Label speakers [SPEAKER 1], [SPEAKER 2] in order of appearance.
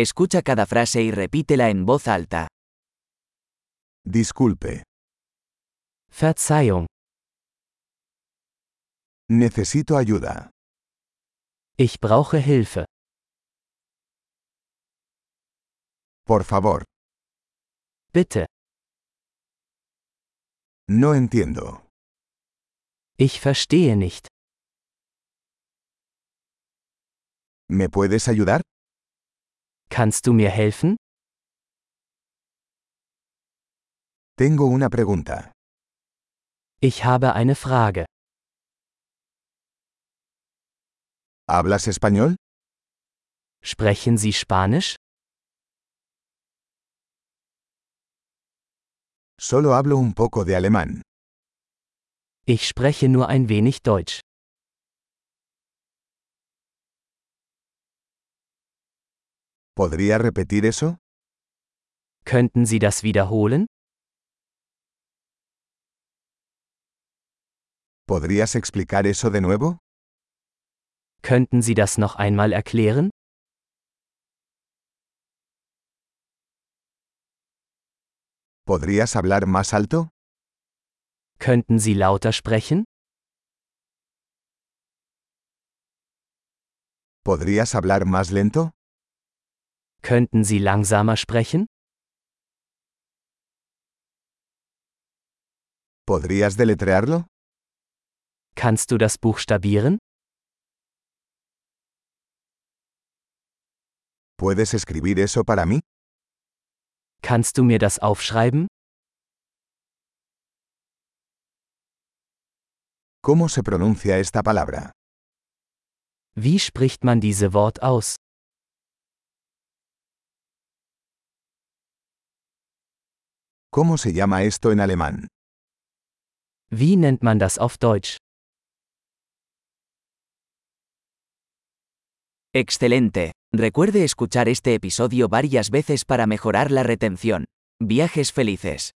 [SPEAKER 1] Escucha cada frase y repítela en voz alta.
[SPEAKER 2] Disculpe,
[SPEAKER 3] Verzeihung,
[SPEAKER 2] necesito ayuda.
[SPEAKER 3] ich brauche Hilfe.
[SPEAKER 2] Por favor,
[SPEAKER 3] Bitte,
[SPEAKER 2] no entiendo.
[SPEAKER 3] ich verstehe nicht.
[SPEAKER 2] ¿Me puedes ayudar?
[SPEAKER 3] Kannst du mir helfen?
[SPEAKER 2] Tengo una pregunta.
[SPEAKER 3] Ich habe eine Frage.
[SPEAKER 2] ¿Hablas español?
[SPEAKER 3] Sprechen Sie Spanisch?
[SPEAKER 2] Solo hablo un poco de alemán.
[SPEAKER 3] Ich spreche nur ein wenig Deutsch.
[SPEAKER 2] ¿Podría repetir eso?
[SPEAKER 3] Könnten Sie das wiederholen?
[SPEAKER 2] ¿Podrías explicar eso de nuevo?
[SPEAKER 3] Könnten Sie das noch einmal erklären?
[SPEAKER 2] ¿Podrías hablar más alto?
[SPEAKER 3] Könnten Sie lauter sprechen?
[SPEAKER 2] ¿Podrías hablar más lento?
[SPEAKER 3] Könnten Sie langsamer sprechen?
[SPEAKER 2] ¿Podrías deletrearlo?
[SPEAKER 3] Kannst du das buchstabieren?
[SPEAKER 2] ¿Puedes escribir eso para mí?
[SPEAKER 3] Kannst du mir das aufschreiben?
[SPEAKER 2] ¿Cómo se pronuncia esta palabra?
[SPEAKER 3] Wie spricht man diese Wort aus?
[SPEAKER 2] ¿Cómo se llama esto en alemán?
[SPEAKER 3] Wie nennt man das auf Deutsch?
[SPEAKER 1] Excelente. Recuerde escuchar este episodio varias veces para mejorar la retención. Viajes felices.